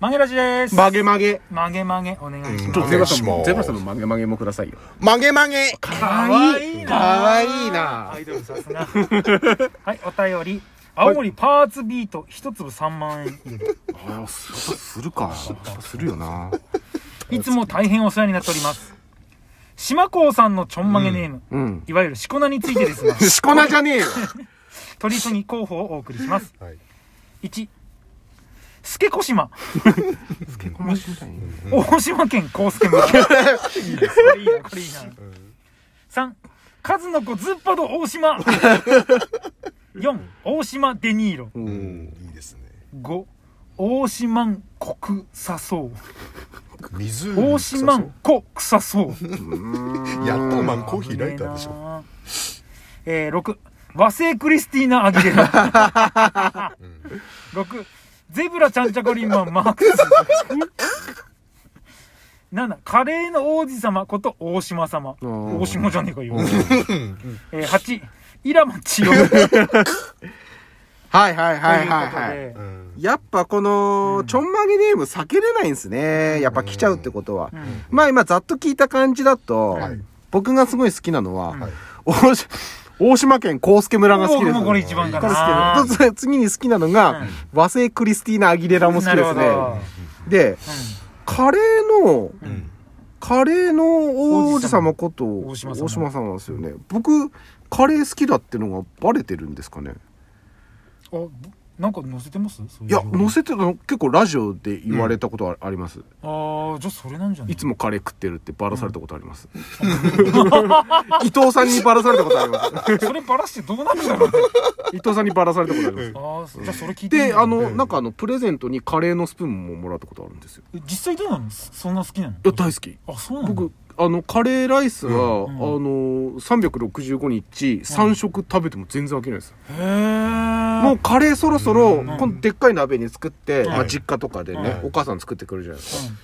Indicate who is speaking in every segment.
Speaker 1: 曲げラジです。
Speaker 2: 曲げ曲げ。
Speaker 1: 曲げ曲げ、お願いしま
Speaker 2: ちょっと
Speaker 1: す。
Speaker 2: ゼ
Speaker 3: お願い
Speaker 2: ブラさ
Speaker 3: し
Speaker 2: ん
Speaker 3: ま
Speaker 2: も、
Speaker 3: す
Speaker 2: ゼブラさんの曲げ曲げもくださいよ。
Speaker 3: 曲げ曲げ
Speaker 1: かわいいな
Speaker 2: かわいいな
Speaker 1: アイドルさすが。 はい、お便り。青森パーツビート、一粒3万円。
Speaker 2: ああ、すするか。やっぱするよな。
Speaker 1: いつも大変お世話になっております。島高さんのちょんまげネーム、
Speaker 2: うん。
Speaker 1: いわゆるしこ名についてですが、
Speaker 2: しこなじゃねえよ。
Speaker 1: 取り急ぎ候補をお送りします。
Speaker 3: はい
Speaker 1: 1、スケコ 島、
Speaker 2: 結婚しみたいに。
Speaker 1: 大島県高助 村。これいいな、これいいな。3、数の子ズッパド大島。4、大島デニーロ。
Speaker 3: うんいいですね
Speaker 1: 5、大島国臭そう。
Speaker 3: 水
Speaker 1: 大島国臭そう。
Speaker 3: やっとマンコーヒーライターでしょ
Speaker 1: ょ。えー、6、和製クリスティーナ・アギレラ。6、ゼブラ・ちゃんちゃこりんマン・マークス。7、カレーの王子様こと大島様。
Speaker 2: ー
Speaker 1: 大島じゃねえかよ。えー、8、イラマ千代。というこ
Speaker 2: はいはい
Speaker 1: と
Speaker 2: はいはいはい。
Speaker 1: で
Speaker 3: うん
Speaker 2: やっぱこの、ちょんまげネーム避けれないんですね。やっぱ来ちゃうってことは。まあ今、ざっと聞いた感じだと
Speaker 3: はい、
Speaker 2: 僕がすごい好きなのは
Speaker 3: はい、
Speaker 2: 大島大島県康介村が好き
Speaker 1: 僕
Speaker 2: です。
Speaker 1: もこれ一番か
Speaker 2: これ好
Speaker 1: な
Speaker 2: き。ですと次に好きなのが、和製クリスティーナ・アギレラも好きです
Speaker 1: なるほ
Speaker 2: ね。で、カレーの、
Speaker 3: うん
Speaker 2: カレーの王子様こと
Speaker 1: 王
Speaker 2: 大
Speaker 1: 子様
Speaker 2: 島
Speaker 1: 王子様
Speaker 2: さんなんですよね。僕、カレー好きだってのがバレてるんですかね。
Speaker 1: ど。あなんか載せてますそうう
Speaker 2: いや、
Speaker 1: 情報
Speaker 2: 載せてたの結構ラジオで言われたことああります。
Speaker 1: ああ、じゃあそれなんじゃない
Speaker 2: いつもカレー食ってるってバラされたことあ ります。伊藤さんにバラされたことあります。
Speaker 1: それバラしてどうなるんだろうね
Speaker 2: 伊藤さんにバラされたことあります。
Speaker 1: ああ、じゃあそれ聞いてみよう
Speaker 2: で、あの、なんかあの、プレゼントにカレーのスプーンももらったことあるんですよ。
Speaker 1: え実際どうなのそそんな好きなの
Speaker 2: いや、大好き。
Speaker 1: あ、そうなの
Speaker 2: 僕、あの、カレーライスは、
Speaker 1: ん
Speaker 2: あのー、365日、3食食べても全然飽きないです。
Speaker 1: へえ。
Speaker 2: もうカレーそろそろ、
Speaker 1: ん
Speaker 2: このでっかい鍋に作って、
Speaker 1: はい
Speaker 2: まあ実家とかで
Speaker 1: は
Speaker 2: ね
Speaker 3: い、
Speaker 2: お母さん作ってくるじゃないですか。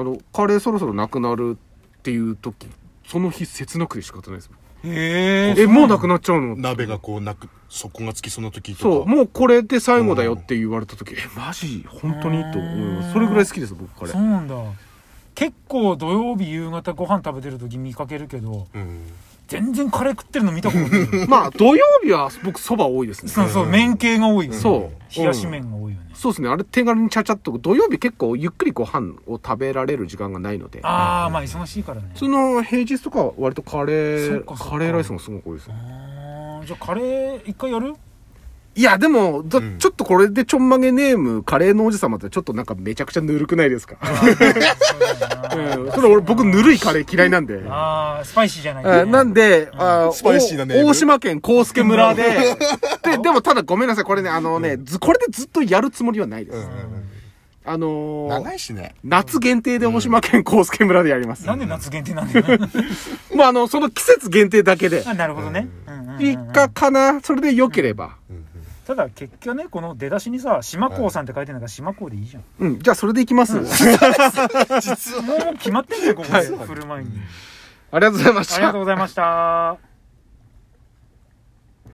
Speaker 2: あの、カレーそろそろなくなるっていう時、その日切なくて仕方ないです。
Speaker 1: うん、へえ。
Speaker 2: え、もうなくなっちゃうの
Speaker 3: 鍋がこうなく底がつきそうな時
Speaker 2: そ
Speaker 3: と
Speaker 2: う、
Speaker 3: か
Speaker 2: もうこれで最後だよって言われた時、え、マジ本当にと思います。それぐらい好きです、僕カレ
Speaker 1: そ
Speaker 2: ー。
Speaker 1: うなんだ。結構土曜日夕方ご飯食べてる時見かけるけど、
Speaker 3: うん
Speaker 1: 全然カレー食ってるの見たことない。
Speaker 2: まあ、土曜日は僕、蕎麦多いですね。
Speaker 1: そうそう、麺系が多いよね。
Speaker 2: そう
Speaker 1: 冷やし麺が多いよね。
Speaker 2: そうですね。あれ手軽にちゃちゃっと、土曜日結構ゆっくりご飯を食べられる時間がないので。
Speaker 1: ああ、まあ忙しいからね。
Speaker 2: その平日とかは割とカレ
Speaker 1: そっ
Speaker 2: ー、
Speaker 1: かそっか
Speaker 2: カレーライスもすごく多いですね。
Speaker 1: あーじゃあカレー一回やる
Speaker 2: いや、でも、だ
Speaker 3: うん
Speaker 2: ちょっとこれでちょんまげネーム、カレーの王子様ってちょっとなんかめちゃくちゃぬるくないですか うんそれ俺僕ぬるいカレー嫌いなんで。
Speaker 1: ああ、スパイシーじゃないとね、
Speaker 2: あなんで、あ
Speaker 3: スパイシーなネーム
Speaker 2: お大島県康介村で、で、でもただごめんなさい、これね、あのね、ずこれでずっとやるつもりはないで
Speaker 3: う
Speaker 2: す。
Speaker 3: んうん
Speaker 2: あのー
Speaker 3: 長いしね
Speaker 2: 夏限定で大島県康介村でやります。
Speaker 1: なんで夏限定なんだよね。
Speaker 2: まあ、あの、その季節限定だけで。
Speaker 1: あなるほどね。うんうんうんうん
Speaker 2: いいかかな、それで良ければ。
Speaker 1: ただ結局ねこの出だしにさ「島港さん」って書いてるんだから島港でいいじゃん
Speaker 2: うん、じゃあそれでいきます。あ
Speaker 1: もう決まってんだよここで振る舞いに
Speaker 2: りがとうございまし
Speaker 1: ありが
Speaker 2: た
Speaker 1: とう。ございました